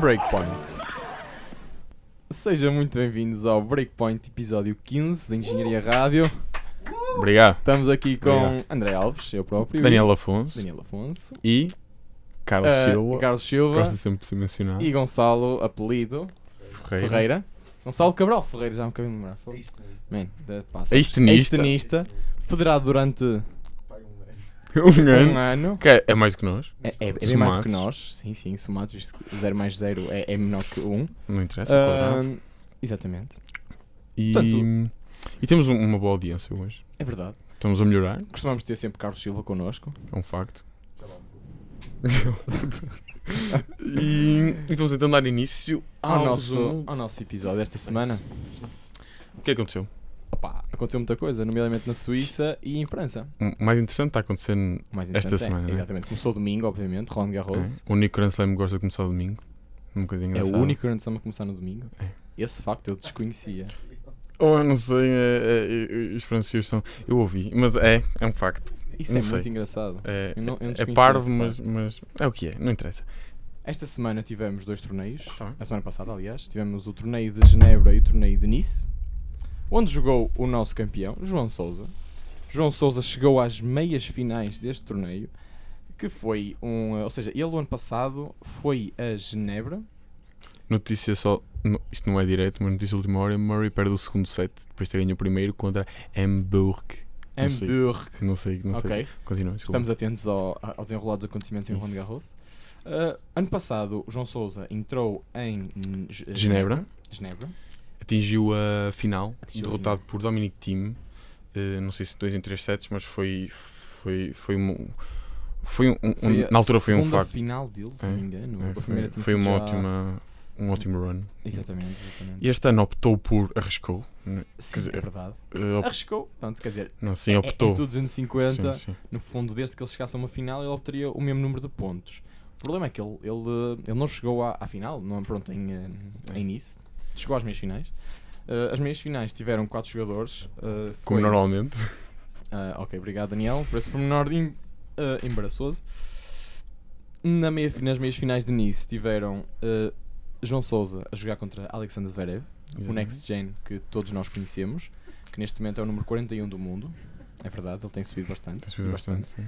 Breakpoint. Sejam muito bem-vindos ao Breakpoint episódio 15 da Engenharia Rádio. Obrigado. Estamos aqui com Uh! Obrigado. André Alves, eu próprio. Daniel Afonso Daniel Afonso. e Carlos ah, Silva. Carlos Silva. Gosto sempre de ser mencionado. E Gonçalo, apelido Ferreira. Ferreira. Gonçalo Cabral Ferreira, já me acabei de lembrar. É Fogo. Man, da- pá, sabes? É Ex-tenista. Ex-tenista, Federado durante um é Um ano. ano. Que é- é mais que nós. É, é- é bem mais do que Somados. nós. Sim, sim, somados, isto que 0 mais 0 é, é menor que 1. Não interessa. É um Ah, quadrado. exatamente. e, portanto- e temos um- uma boa audiência hoje. É verdade. Estamos a melhorar. Costumamos ter sempre Carlos Silva connosco. É um facto. tá e, e vamos então dar início Ao ao nosso, resumo. ao nosso episódio desta semana. O que é que aconteceu? Opa, aconteceu muita coisa, nomeadamente na Suíça e em França. O mais interessante está acontecendo. O Mais Esta interessante é- semana, né? Exatamente. Começou domingo, obviamente, Roland Garros. O único Grand Slam que gosta de começar domingo. Um bocadinho É, engraçado. É. o único grande samba a começar no domingo. Esse facto eu desconhecia. Ou eu não sei, é- é- é- os franceses são. Eu ouvi, mas é, é um facto. Isso Não é sei. muito engraçado. É, Eu não- eu não é desconhecia parvo, esse mas, facto. mas é o que é, não interessa. Esta semana tivemos dois torneios. Tá bem. A semana passada, aliás, tivemos o torneio de Genebra e o torneio de Nice, onde jogou o nosso campeão, João Souza. João Souza chegou às meias finais deste torneio, que foi um. eh, Ou seja, ele o ano passado foi a Genebra. Notícia só. no- isto não é direto, mas notícia de última hora: Murray perde o segundo set, depois ter ganho o primeiro contra Hamburg. Não sei. Hamburg. Não sei, não sei. Ok. Continua, desculpa. Estamos atentos ao, ao desenrolar dos acontecimentos em Roland Garros. Ah, ano passado, o João Souza entrou em hum, Ge- Genebra. Genebra. Atingiu a final, Atingiu a derrotado por Dominic Thiem. eh, não sei se dois em três sets, mas foi. Foi. Foi, um- foi um, um- Foi a na altura foi um segunda facto. final dele, se não me engano. É, A foi, primeira tinha foi sido uma já- ótima. Um ótimo run. Exatamente, exatamente. Este ano optou por. Arriscou. né? Sim, quer dizer, é verdade. Eh, op- Arriscou. Portanto, quer dizer, Não, sim, é- optou. é tudo 250. Sim, sim. No fundo, desde que ele chegasse a uma final, ele obteria o mesmo número de pontos. O problema é que ele, ele, eh, ele não chegou à, à final, não, pronto, em, eh, em Nice. Chegou às meias finais. Eh, as meias finais tiveram quatro jogadores. eh, Como foi- normalmente. Ah, ok, obrigado Daniel por esse pormenor de em- ah, embaraçoso. Na meia, nas meias finais de Nice tiveram ah, João Souza a jogar contra Alexander Zverev, o Next Uhum. Gen que todos nós conhecemos, que neste momento é o número 41 do mundo. É verdade, ele tem subido bastante. Tem subido bastante. sim.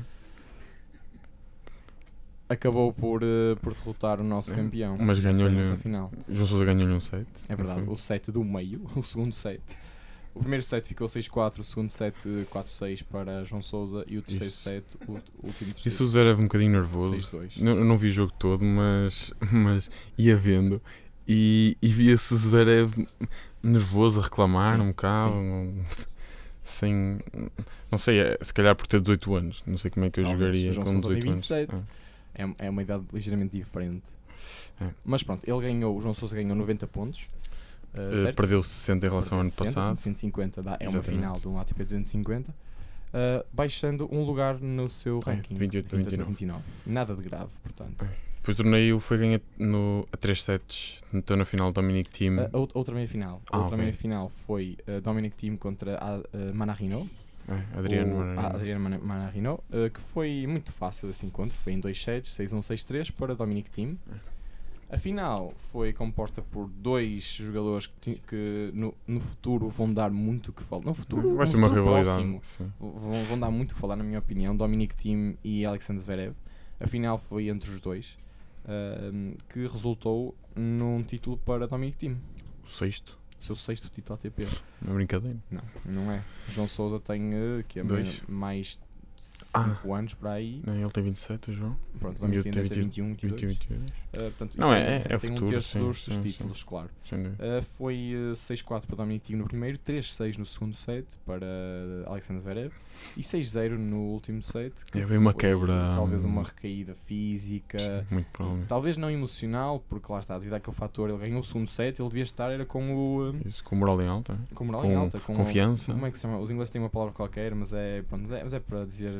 Acabou por, ah, por derrotar o nosso É, campeão. mas ganhou-lhe- Nessa final. João Sousa ganhou-lhe um set. É verdade, o set do meio, o segundo set. O primeiro set ficou 6-4, o segundo set eh, 4-6 para João Souza e o terceiro Isso. set, o, o último terceiro. Isso o Zverev um bocadinho nervoso. 6-2. Não, eu não vi o jogo todo, mas, mas ia vendo. E, e via-se Zverev nervoso a reclamar Sim, um bocado. um- sem. Não sei, é, se calhar por ter 18 anos. Não sei como é que eu Não, mas jogaria João com Sousa tem 18 27. anos. Ah, É, é uma idade ligeiramente diferente. É. Mas pronto, ele ganhou, o João Sousa ganhou 90 pontos. uh, eh, certo? Perdeu 60 em relação ao ano 60, passado. 250 dá- é uma Exatamente. final de um ATP 250, uh, baixando um lugar no seu É, ranking. 28, de 28, 29. Nada de grave, portanto. Depois o torneio foi ganho no, a 3 sets. Então na final Dominic Team. Uh, a out- outra meia final. A Ah, outra ok. meia final foi uh, Dominic Thiem contra a, uh, Manarino. É, Adriano o- Manarino. a Adriano Mana- Manarino, uh, que foi muito fácil esse encontro, foi em dois sets, 6-1, 6-3 para Dominic Team. A final foi composta por dois jogadores que, ti- que no, no futuro vão dar muito o que falar. No futuro, Vai no ser uma futuro rivalidade. próximo, sim. vão, vão dar muito o que falar, na minha opinião. Dominic Team e Alexander Zverev. A final foi entre os dois, um, que resultou num título para Dominic Team. O sexto? O seu sexto título ATP. Não é brincadeira. Não, não é. João Souza tem eh, que é Dois. Ah. mais 5 anos para aí. Não, ele tem 27, o João. Pronto, E vamos eu ter tenho 21, 22. 20, 22. Ah, portanto, Não, tem- é- é- é tem um futuro, terço sim, dos, dos sim, títulos, claro. Sem dúvida. Ah, foi ah, 6-4 para Dominic no primeiro, 3-6 no segundo set para Alexander Zverev e 6-0 no último set. que É, veio uma foi quebra, Talvez hum, uma recaída física. Sim, Muito provavelmente. Talvez não emocional, porque lá está, devido àquele fator, ele ganhou o segundo set, ele devia estar era com o. ah, Isso com moral em alta. né? com moral em Com alta, com confiança. Como é que se chama? Os ingleses têm uma palavra qualquer, mas é, pronto, mas é, mas é para dizer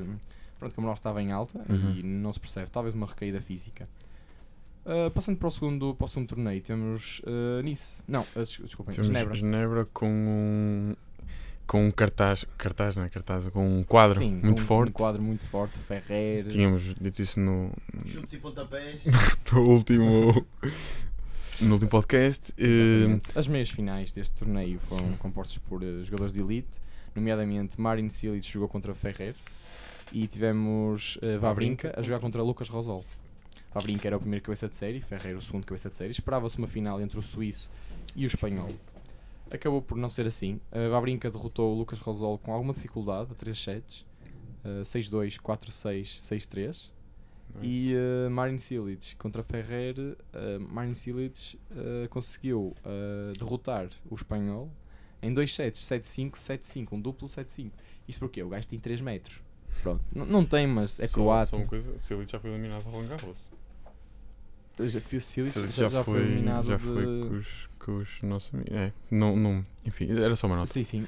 pronto, que a moral estava em alta Uhum. e não se percebe. Talvez uma recaída física. Ah, passando para o segundo, para o segundo torneio, temos ah, Nice. Não, ah, des- desculpem, Temos Genebra. Genebra. com um. Com um cartaz. Cartaz, não é? Cartaz. Com um quadro Sim, muito um, forte. Um quadro muito forte, Ferrer. Tínhamos dito isso no, Chutes e pontapés. no último. no último podcast. eh, Exatamente. Ehm, As meias finais deste torneio foram Sim. compostas por eh, jogadores de elite, nomeadamente Marin Cilic jogou contra Ferrer e tivemos eh, Vavrinka a jogar contra Lucas Rosol. Vavrinka era o primeiro cabeça de série, Ferrer o segundo cabeça de série. Esperava-se uma final entre o suíço e o espanhol. Acabou por não ser assim. Eh, Vavrinka derrotou o Lucas Rosol com alguma dificuldade, a 3 sets, eh, 6-2, 4-6, 6-3. E eh, Marin Cilic contra Ferrer, eh, Marin Cilic eh, conseguiu eh, derrotar o espanhol em dois sets, 7-5, 7-5, um duplo 7-5. Isto porque o gajo tem 3 metros. Pronto, N- não tem, mas é croata. coisa, Cilic já foi eliminado ao Roland Garros. Já- Cilic Cilic já, já foi eliminado um já de... foi com, os, com os nossos amigos. É, não, não, enfim, era só uma nota. Sim, sim.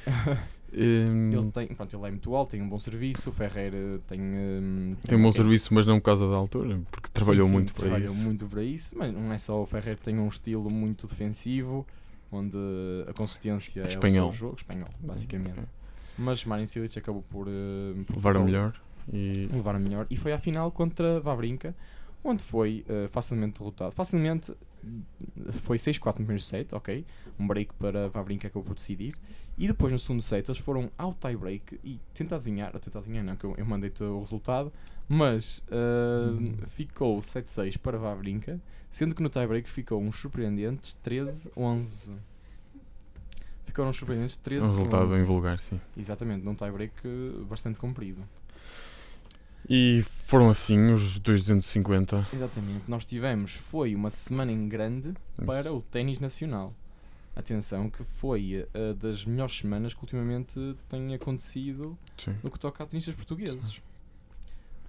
Hum, ele, tem, pronto, ele é muito alto, tem um bom serviço. O Ferrer eh, tem. eh, tem um bom é- serviço, mas não por causa da altura, porque trabalhou Sim, sim, muito para trabalhou isso. muito para isso, mas não é só o Ferrer tem um estilo muito defensivo, onde a consistência é o Espanhol. seu jogo, espanhol, basicamente. Ok. Mas Marin Cilic acabou por, eh, por Levar a levar- melhor e levar a melhor e foi à final contra Vavrinka, onde foi eh, facilmente derrotado. Facilmente eh, foi 6-4 no primeiro set, ok? Um break para Vavrinka acabou por decidir. E depois no segundo set eles foram ao tie break e tenta adivinhar, ou tenta adivinhar, não, que eu, eu mandei-te o resultado, mas eh, ficou 7-6 para Vavrinka, sendo que no tie break ficou um uns surpreendentes 13-11. Ficaram uns surpreendentes um 13 resultado em vulgar, sim. Exatamente, num tie break eh, bastante comprido. E foram assim os 250. Exatamente, nós tivemos, foi uma semana em grande para Isso. o ténis nacional. Atenção, que foi eh, das melhores semanas que ultimamente tem acontecido Sim. no que toca a tenistas portugueses.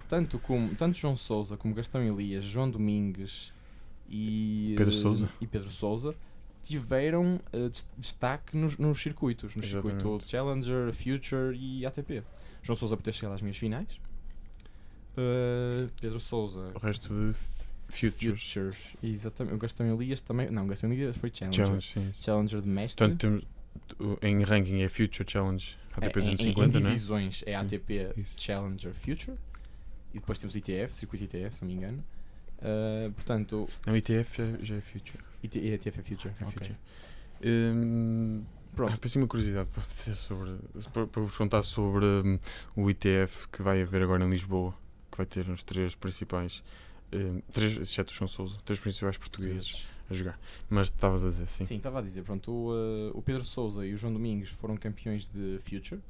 Tanto, como, tanto João Souza como Gastão Elias, João Domingues e Pedro eh, Sousa. e Pedro Sousa tiveram eh, des- destaque nos, nos circuitos, no circuito Exatamente. Challenger, Future e ATP. João Sousa por ter chegado às minhas finais. Eh, Pedro Sousa O resto de f- Futures. Futures. Exatamente. O Gastão Elias também. Não, o Gastão Elias foi Challenger. Challenge, Challenger, sim. sim. de mestre. Portanto, temos, tu- em ranking é Future Challenge ATP É, em- em- 250, em não é? divisões é Sim, ATP isso. Challenger Future. E depois temos o ITF, circuito ITF, se não me engano. Ah, portanto, Não, ETF já, já é Future. IT, ITF é Future. É ok. Future. Hum, Pronto. Ah, pensei uma curiosidade para dizer sobre. para, para vos contar sobre hum, o ITF que vai haver agora em Lisboa, que vai ter os três principais. hum, três, exceto o João Sousa, três principais portugueses a jogar. Mas estavas a dizer, sim. Sim, estava a dizer, pronto, o, eh, o Pedro Souza e o João Domingues foram campeões de Future.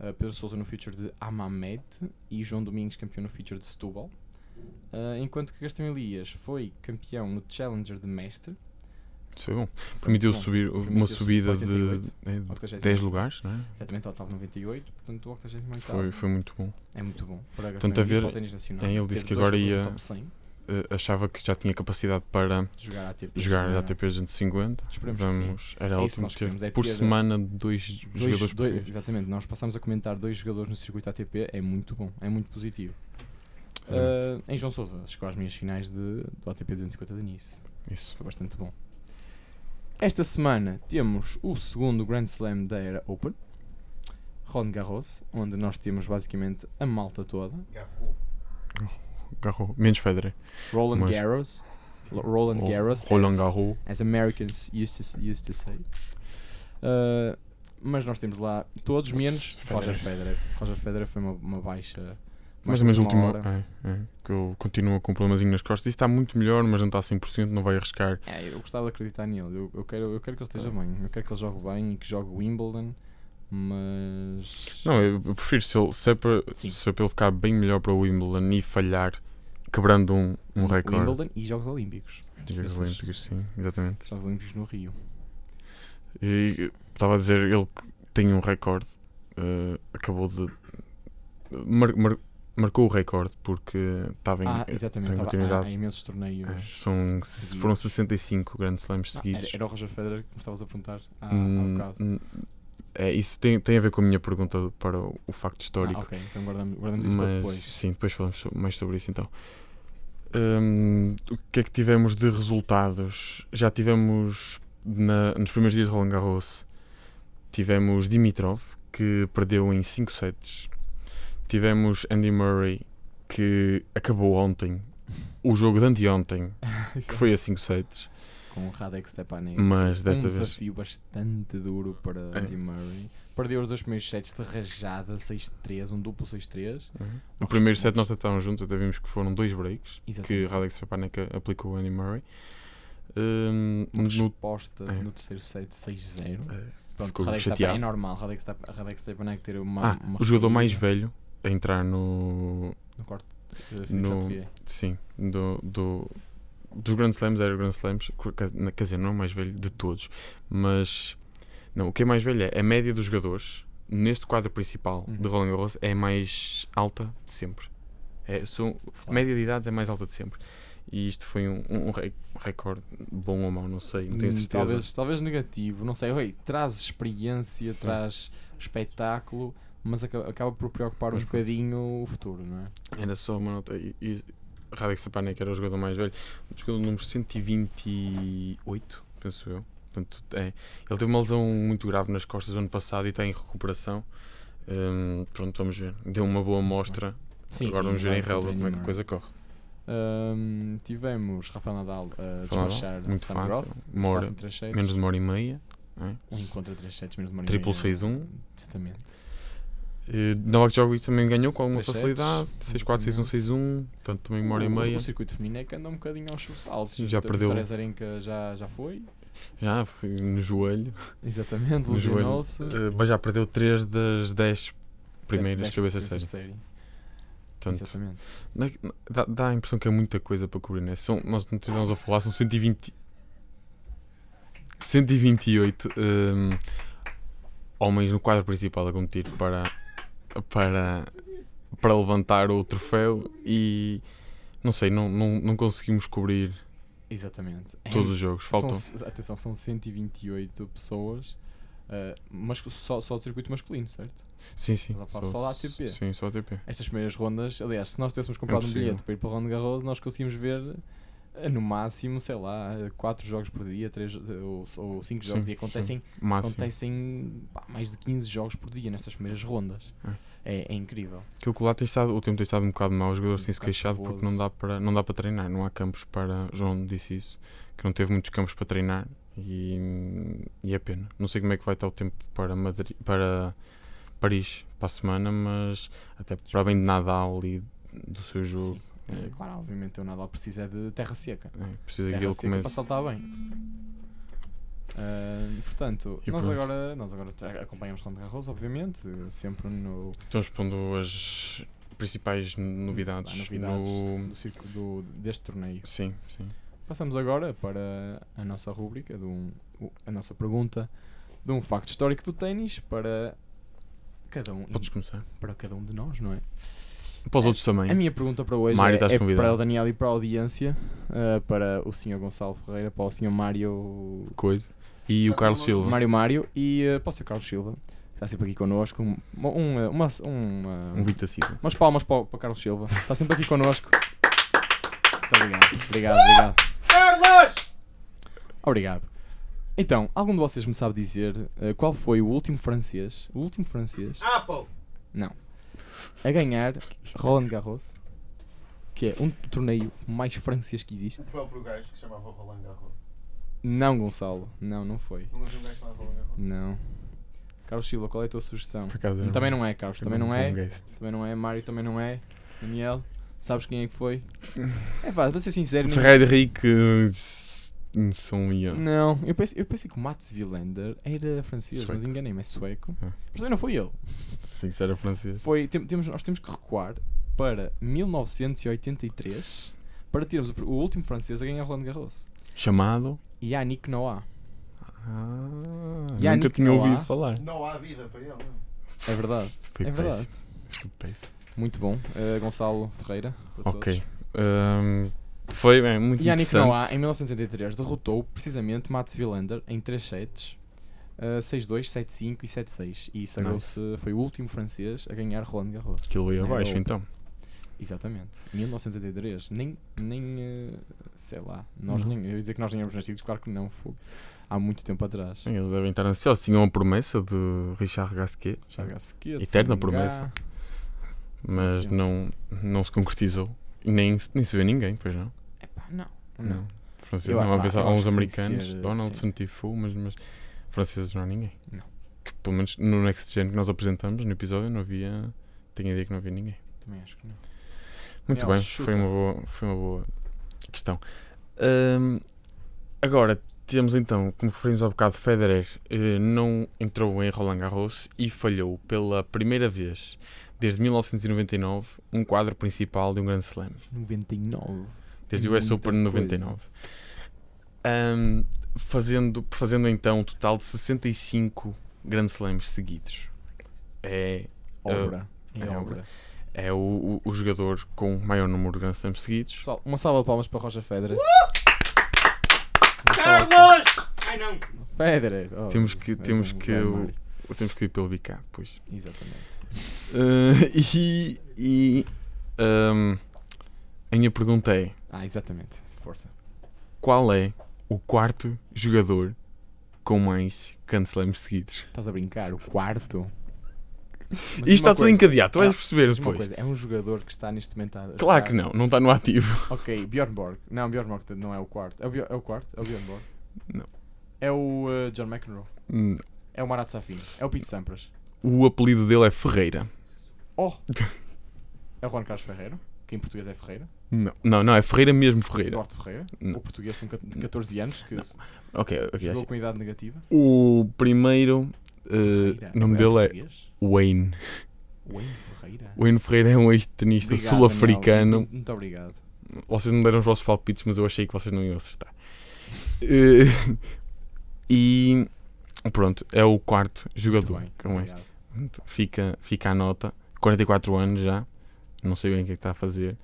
Eh, Pedro Souza no Future de Amamed e João Domingues campeão no Future de Setúbal. Eh, enquanto que Gastão Elias foi campeão no Challenger de Mestre. Isso foi bom. Foi Permitiu muito bom. subir houve uma Permitiu subir subida de, 88, é, de 88. 10 lugares, não é? Exatamente, ele estava no 98, portanto o 88 Foi, foi muito bom. é muito bom. Para Gastão Portanto, a Elias, ver, para o ténis nacional, é, ele teve disse que dois agora jogadores ia top 100 Eh, achava que já tinha capacidade para de jogar ATP. jogar Não, não. ATP 250. Esperemos que sim. Vamos, era É isso que ótimo nós queremos, é ter por ter, eh, semana dois Dois- jogadores dois- portugueses. exatamente, nós passamos a comentar dois jogadores no circuito ATP, é muito bom, é muito positivo. Exatamente. Ah, em João Sousa, chegou às minhas finais de, do ATP 250 de Nice, Isso. foi bastante bom. Esta semana temos o segundo Grand Slam da era Open, Roland Garros, onde nós temos basicamente a malta toda, Garro. Garro. Menos Federer. Roland Mas- Garros, Lo- Roland Ro- Garros, é Roland as- Garros. as Americans used to, used to say. Uh, mas nós temos lá todos menos Roger Federer. Federer. Roger Federer foi uma, uma baixa. Mais baixa ou menos de a uma última hora. hora. É, é. Que eu continuo com um problemazinho nas costas. Isso está muito melhor, mas não está a 100%, não vai arriscar. É, eu gostava de acreditar nele. Eu, eu quero, eu quero que ele esteja bem. Eu quero que ele jogue bem e que jogue Wimbledon. Mas. Não, eu eu prefiro se, ele, se, é para, Sim. se é para ele ficar bem melhor para o Wimbledon e falhar, quebrando um, um recorde. Wimbledon e Jogos Olímpicos. Jogos Esses Olímpicos, sim, exatamente. Jogos Olímpicos no Rio. E estava a dizer, ele que tem um recorde, eh, acabou de. mar- mar- marcou o recorde porque estava em. ah, eh, exatamente. tem Tava, há, continuidade. há imensos torneios. eh, são, se- foram 65 Grand Slams Ah, era, seguidos. era o Roger Federer que me estavas a perguntar há, há Hum, bocado. Ah, hum, é, isso tem, tem a ver com a minha pergunta para o, o facto histórico. Ah, ok, então guardamos, guardamos isso para Mas, depois. Sim, depois falamos so- mais sobre isso então. Hum, o que é que tivemos de resultados? Já tivemos na- nos primeiros dias de Roland Garros, tivemos Dimitrov, que perdeu em 5 sets. Tivemos Andy Murray, que acabou ontem. O jogo de anteontem, é que foi a 5 sets, Com o Radek Stepanek. mas um desta vez. desafio bastante duro para É. Andy Murray. Perdeu os dois primeiros sets de rajada 6-3, um duplo 6-3. O primeiro set nós estávamos juntos, até vimos que foram dois breaks que Radex Stepanek aplicou ao Andy Murray. Hum, Uma no resposta É. no terceiro set 6-0. É, Pronto, ficou Radek Stepanek chateado. é normal. Radek Step- Radek Stepanek ter uma. Ah, uma o jogador mais recaída velho a entrar no. No corte. eh, no- já te vi. Sim, do, do- dos Grand Slams, era Grand Slams, quer quer dizer, não é o mais velho de todos, mas. Não, o que é mais velho é a média dos jogadores neste quadro principal de Uhum. Roland Garros é a mais alta de sempre. É, são, a média de idades é a mais alta de sempre. E isto foi um, um re- recorde bom ou mau, não sei, não tenho Hum, certeza. Talvez, talvez negativo, não sei. Oi, traz experiência, Sim. traz espetáculo, mas aca- acaba por preocupar Mas um pronto. bocadinho o futuro, não é? Era só uma nota. E, e Radek Stepanek era o jogador mais velho. O jogador número 128, penso eu. Portanto, é, ele teve uma lesão muito grave nas costas ano passado e está em recuperação. Hum, pronto, vamos ver. Deu uma boa amostra. Agora vamos ver em vai relva contra como é que a Neymar. coisa corre. Hum, tivemos Rafael Nadal a Rafael Nadal, despachar muito Sam fácil. Groth, Uma hora, fácil, três sets, Menos de um uma hora e meia. né? um contra 3 sets, menos de uma hora e Triplo meia. 6-1. Exatamente. Eh, Novak Djokovic também ganhou com alguma Três facilidade. sets, 6-4, 6-1, 6-1. Portanto, também uma hora e O- o- meia. O circuito feminino é que anda um bocadinho aos sobressaltos. Já A perdeu. Vitória Azarenka já, já foi. Já, foi no joelho. Exatamente, no joelho. lesionou-se. Eh, mas já perdeu 3 das 10 primeiras Dez cabeças cabeças de sérias. série. Portanto, Exatamente. não é que- não- dá, dá a impressão que é muita coisa para cobrir, né? São, nós não estivemos a falar, são 120. 128 hum, homens no quadro principal a competir para, para, para levantar o troféu e não sei, não, não, não conseguimos cobrir Exatamente. É todos os jogos. Faltam. São, c- atenção, são 128 pessoas, ah, mas só, só do circuito masculino, certo? Sim, sim. Estás a falar só da ATP. Sim, só ATP. Estas primeiras rondas, aliás, se nós tivéssemos comprado um É impossível. bilhete para ir para o Roland Garros, nós conseguimos ver ah, no máximo, sei lá, 4 jogos por dia, três, ah, ou, ou 5 Sim, jogos, e acontecem, Máximo. acontecem pá, mais de 15 jogos por dia nestas primeiras rondas. É, é incrível. Aquilo que lá tem estado, o tempo tem estado um bocado mau, os jogadores Sim, têm-se está queixado porque não chuvoso. dá, para, não dá para treinar, não há campos para. João disse isso, que não teve muitos campos para treinar e, e é pena. Não sei como é que vai estar o tempo para, Madrid, para Paris para a semana, mas até para bem de Nadal e do é. seu jogo, Sim. Ah, claro, obviamente o Nadal precisa é de terra seca. é, é, precisa que Terra ele seca para comece. saltar bem. Ah, portanto, E nós, pronto. agora, nós agora te- acompanhamos Roland Garros, obviamente, sempre no, Estão expondo as principais novidades, Pá, novidades no. do circo- do- deste torneio. Sim, sim. Passamos agora para a nossa rúbrica, de um- o- a nossa pergunta de um facto histórico do ténis para cada um, Podes começar. para cada um de nós, não é? Para os outros também. A minha pergunta para hoje Mário, é, estás é convidado. para o Daniel e para a audiência, ah, para o senhor Gonçalo Ferreira, para o senhor Mário Coisa. E o Carlos Silva. Mário Mário e eh, para o Sr. Carlos Silva, que está sempre aqui connosco. Um, um, eh, uma, um, eh, Um Vita Silva. umas palmas para, o- para o Carlos Silva, está sempre aqui connosco. Muito obrigado, obrigado, obrigado. Carlos! Obrigado. Então, algum de vocês me sabe dizer eh, qual foi o último francês, o último francês Ah, Apple! a ganhar Roland Garros, que é um torneio mais francês que existe? O próprio gajo que se chamava Roland Garros. Não, Gonçalo. Não, não foi. Não havia um gajo chamado Roland Garros? Não. Carlos Silva, qual é a tua sugestão? Por acaso, Também não é, Carlos. Também não é. Um guest. Também não é. Mário também não é. Daniel, sabes quem é que foi? É pá, para ser sincero, ninguém- Frederic. eh, em São Leão. Não, eu pensei, eu pensei que o Mats Wilander era francês, mas Sueco. enganei-me, é sueco. É. Mas também não foi ele. Sincero francês. Foi, tem- temos, nós temos que recuar para 1983 para termos o, pr- o último francês a ganhar Roland Garros. Chamado. Yannick Noah. Ah, Yannick nunca tinha Noah. ouvido falar. Não há vida para ele. É verdade. Foi é verdade. péssimo, péssimo. Muito bom. Eh, Gonçalo Ferreira. para Ok. todos. Ahm, foi bem, muito Yannick interessante. Noah, em 1983, derrotou precisamente Mats Wilander em 3 sets. eh, 6-2, 7-5 e 7-6. E isso Nice. se foi o último francês a ganhar Roland Garros. Aquilo ia Era abaixo o- então. Exatamente. 1983. Nem, nem eh, sei lá, nós Não. nem, eu ia dizer que nós nem éramos nascidos, claro que não, fogo. Há muito tempo atrás. Eles devem estar ansiosos. Tinham a promessa de Richard Gasquet, Já há sequer, Eterna Sangá. promessa. mas Sim. não, não se concretizou. Nem, se- nem se vê ninguém, pois não? Epá, não, não. Francês, Eu- não, ah, há, vez, eu há acho uns que sim, americanos, ser- Donald sim. Santifu, mas, mas franceses não há ninguém. Não. Que, pelo menos no Next Gen que nós apresentamos, no episódio, não havia. Tenho a ideia que não havia ninguém. Também acho que não. Muito Daniel, bem, É chuta. foi uma, boa, foi uma boa questão. Ahm, agora, temos então, como referimos há bocado, Federer eh, não entrou em Roland Garros e falhou pela primeira vez desde 1999 um quadro principal de um Grand Slam. 99. Desde o Muita US Open 99. Ahm, fazendo, fazendo então um total de 65 Grand Slams seguidos. É, Obra. é obra. é o, o- o jogador com o maior número de Grand Slams seguidos. Pessoal, uma salva de palmas para Roger Uh! Federer. Ai não! Federer! Oh, Temos que- és temos que grande o- Mário. Ou Temos que ir pelo BK, pois. Exatamente. Eh, e. e ehm, a minha pergunta é: Ah, exatamente. Força. qual é o quarto jogador com mais Grand Slams seguidos? Estás a brincar? O quarto? Mas Isto está uma tudo coisa- encadeado, tu vais Ah, perceber mas uma depois. coisa, é um jogador que está neste momento a Claro a- que não, não está no ativo. Ok, Bjorn Borg. Não, Bjorn Borg não é o quarto. É o, Bjor- é o quarto? É o Bjorn Borg? Não. É o eh, John McEnroe. Hum, É o Marat Safin. É o Pete Sampras. O apelido dele é Ferreira. Oh! É o Juan Carlos Ferreira, que em português é Ferreira. Não, não, não, é Ferreira mesmo Ferreira. Norte Ferreira. Não. O português com ca- de 14 anos, que se- Ok, ok. jogou acho- com idade negativa. O primeiro eh, Ferreira, nome não dele é português? Wayne. Wayne Ferreira. Wayne Ferreira é um ex-tenista Obrigado, sul-africano. Daniel. Muito obrigado. Vocês me deram os vossos palpites, mas eu achei que vocês não iam acertar. Eh, e pronto, é o quarto Muito jogador. bem. com mais. obrigado. Portanto, Fica, fica a nota. 44 anos já. Não sei bem o que é que está a fazer,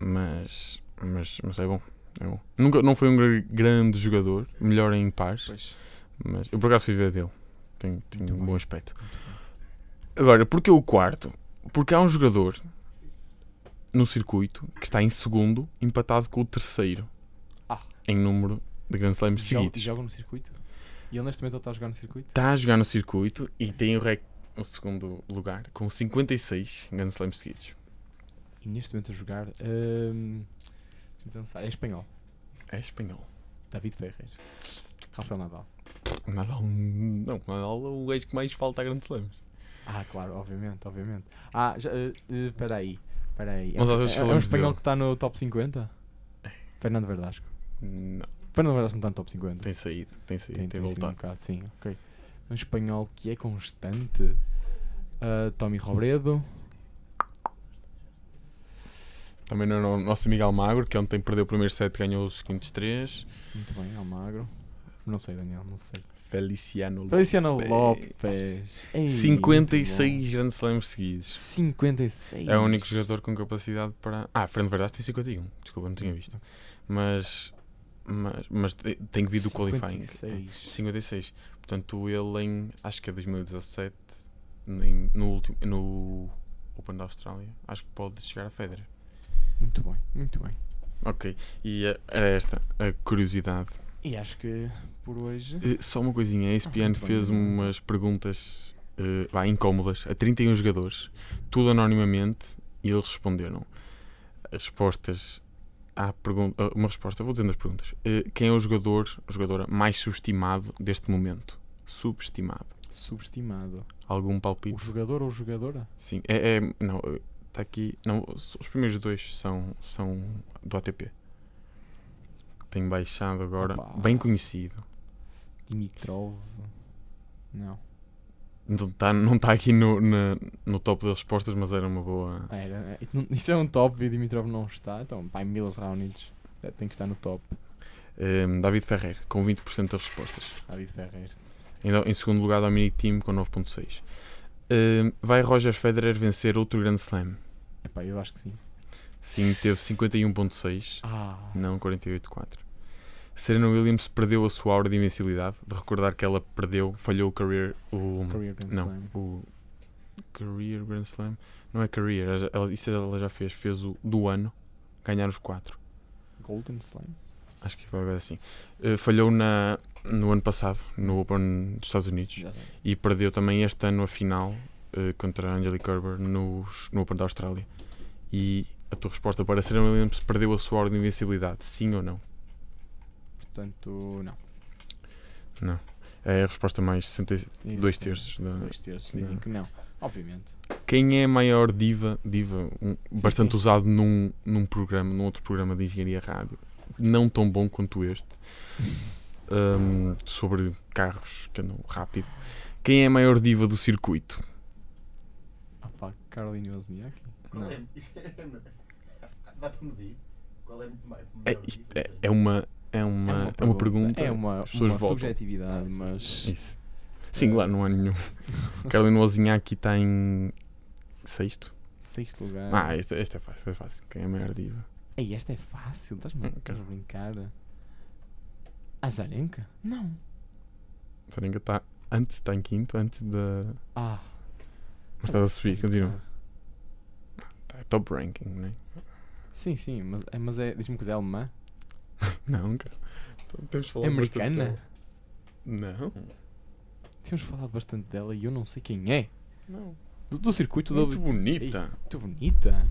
mas, mas, mas é bom. é bom. Nunca, não foi um gr- grande jogador, melhor em pares, Pois, mas eu por acaso fui ver dele. Tem, tem Muito um bem. bom aspecto. Agora, porquê o quarto? Porque há um jogador no circuito que está em segundo, empatado com o terceiro Ah. em número de Grand Slams joga, seguidos. joga no circuito? E ele neste momento ele está a jogar no circuito? Está tá a jogar no circuito e tem o, rec... o segundo lugar com 56 Grand Slams seguidos. E neste momento a jogar. hum, deixa-me pensar, é espanhol. É espanhol. David Ferreira. Rafael Nadal. Nadal, não, Nadal é o gajo que mais falta a Grand Slams. Ah, claro, obviamente, obviamente. Ah, já, eh, eh, peraí, peraí. É, Nós um- às vezes é- é um falamos espanhol dele. que está no top 50? Fernando Verdasco. Não, Fernando Verdasco não está no top 50. tem saído, tem saído, tem, tem sido um voltado. bocado, sim, ok. Um espanhol que é constante. Ah, Tommy Robredo. Também não era o nosso amigo Almagro, que ontem perdeu o primeiro set, ganhou os seguintes três. Muito bem, Almagro. Não sei, Daniel, não sei. Feliciano Feliciano Lopes. Lopes. Ei, muito 56 bom. Grand Slams seguidos. 56. É o único jogador com capacidade para. Ah, Fernando Verdade tem 51. Desculpa, não tinha visto. Mas. Mas, mas te- tem vindo o qualifying. 56. 56. Portanto, ele em. Acho que é 2017. em- no último. No Open da Austrália. Acho que pode chegar a Federer. Muito bem, muito bem. Ok. E eh, era esta a curiosidade. E acho que por hoje. Eh, Só uma coisinha, a ESPN Ah, muito bem, fez muito bem. umas perguntas eh, vá, incómodas a 31 jogadores, tudo anonimamente, e eles responderam. As respostas à pergunta. ah, Uma resposta, vou dizendo as perguntas. Eh, quem é o jogador, ou jogadora mais subestimado deste momento? Subestimado. Subestimado. Algum palpite? O jogador ou jogadora? Sim. É, é- não, está aqui. Não, os os primeiros dois são, são do ATP. Tem baixado agora. Opa. Bem conhecido. Dimitrov. Não. Não está não tá aqui no, na- no top das respostas, mas era uma boa. Ah, Era, isso é um top e Dimitrov não está. Então, pai, Milos Raonic eh, tem que estar no top. Ehm, David Ferreira, com 20% das respostas. David Ferreira. Ainda em segundo lugar, Dominic Team com 9.6. Ehm, vai Roger Federer vencer outro grande slam? Epá, eu acho que sim. Sim, teve 51.6, Ah. não 48.4. Serena Williams perdeu a sua aura de invencibilidade. De recordar que ela perdeu, falhou o career. O, Career Grand não, Slam. o Career Grand Slam. Não é career, ela já- ela- isso ela já fez. Fez o do ano, ganhar os quatro. Golden Slam. Acho que foi algo assim. Eh, falhou na, no ano passado, no Open dos Estados Unidos. E perdeu também este ano a final eh, contra a Angelique Kerber nos, no Open da Austrália. E a tua resposta para Serena Williams perdeu a sua ordem de invencibilidade, sim ou não? Portanto, não. É a resposta mais 60 Dizem dois que- terços. Da... Dois terços dizem da- que não. Obviamente. Quem é a maior diva, diva um- Sim, bastante sim. usado num, num programa, num outro programa de engenharia rádio, não tão bom quanto este, ahm, sobre carros que andam rápido. Quem é a maior diva do circuito? Ah pá, Caroline Wozniak? Qual Não. é? isso é- Dá para medir? Qual é mais. É, isto é, é uma, é uma, é uma, pergunta. É uma, as pessoas uma votam. subjetividade, mas. Isso. Sim, claro, não há nenhum. Carolina Wozniacki está em sexto. Sexto lugar. Ah, esta, esta é fácil, esta é fácil. Quem é a maior diva? Ei, esta é fácil, estás-me Hum, a brincar? Azarenka? Não. Sarenga está tá antes, está em quinto, antes da. Ah. Mas está a subir, continua. brincar. Tá, top ranking, né? Sim, sim, mas, é- mas é. Diz-me que é alemã? Não, cara. Então, Temos É falado bastante americana? dela. Não. Temos falado bastante dela e eu não sei quem é. Não. Do, do circuito Muito da. bonita. Muito bonita.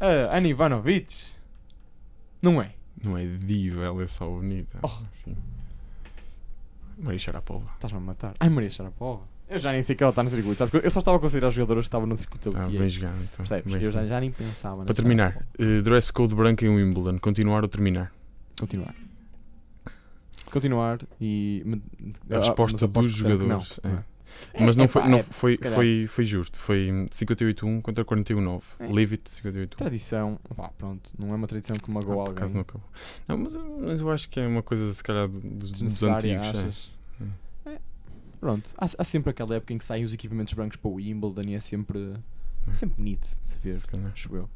A Ana Ivanovic? Não é? Não é diva, ela é só bonita. Oh. Sim. Maria Sharapova. Estás-me a matar. Ai, Maria Sharapova. Eu já nem sei que ela está no circuito, sabes? Eu só estava a considerar as jogadoras que estavam no circuito da Tá WTA. bem jogado. Então. Percebes? Bem Eu já, jogado. já nem pensava. na Para terminar, Sharapova. eh, dress code branco em Wimbledon. Continuar ou terminar? Continuar. Continuar e. me- A Ah, mas resposta aposto dos que disseram que jogadores. não. é. Mas não, é foi, pá, não é, foi, se calhar. foi, foi justo. Foi hum, 58-1 contra 41-9. É. Leave it 58-1. Tradição. Pá, pronto. Não é uma tradição que Ah, por magoa alguém. acaso não acabou. Não, mas, mas eu acho que é uma coisa, se calhar, do- dos, dos desnecessária, antigos. é. achas? É. Pronto, há, há sempre aquela época em que saem os equipamentos brancos para o Wimbledon e é sempre, É. sempre bonito de se ver, Se calhar. acho eu.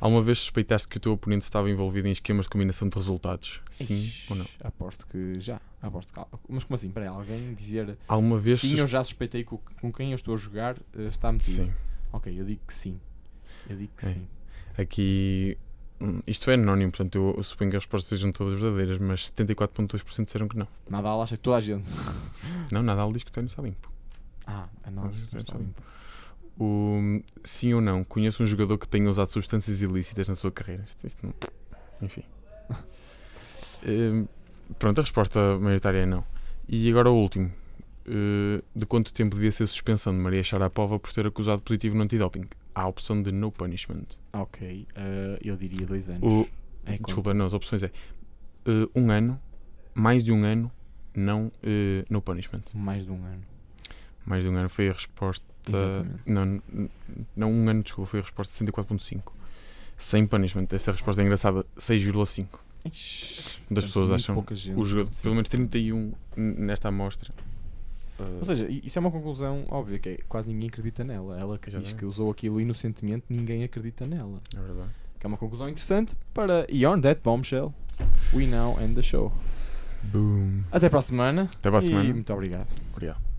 Alguma vez suspeitaste que o teu oponente estava envolvido em esquemas de combinação de resultados? Sim Ixi, ou não? Aposto que já. Aposto que, al- mas como assim? Espera aí, alguém dizer Alguma vez. sim, sus- eu já suspeitei que o- com quem eu estou a jogar eh, está metido. Sim. Ok, eu digo que sim. Eu digo que É. sim. Aqui. hum, Isto é anónimo, portanto eu, eu suponho que as respostas sejam todas verdadeiras, mas 74,2% disseram que não. Nadal acha que toda a gente. Hum. Não, Nadal diz que o ténis está limpo. Ah, a Ah, nós já está está limpo. O, sim ou não? Conheço um jogador que tenha usado substâncias ilícitas na sua carreira. Isto, isto não. Enfim. Hum, pronto, a resposta maioritária é não. E agora o último. Uh, de quanto tempo devia ser suspensão de Maria Sharapova por ter acusado positivo no antidoping? Há a opção de no punishment. Ok, eh, eu diria dois anos. O- É quanto? Desculpa, não, as opções é uh, um ano, mais de um ano, não uh, no punishment. Mais de um ano. Mais de um ano foi a resposta. Exatamente. Não, n- não um ano, desculpa, foi a resposta 64.5. Sem punishment. Essa resposta é engraçada, 6,5. Ixi, Das portanto, pessoas muito acham pouca gente, O jogador, sim. pelo menos 31 n- nesta amostra. Ah, Ou seja, i- isso é uma conclusão óbvia, que é, quase ninguém acredita nela. Ela que diz Exatamente. que usou aquilo inocentemente, ninguém acredita nela. é verdade. Que é uma conclusão interessante para E on that bombshell, we now end the show. Boom. Até para a semana. Até para a e semana. muito obrigado. Obrigado.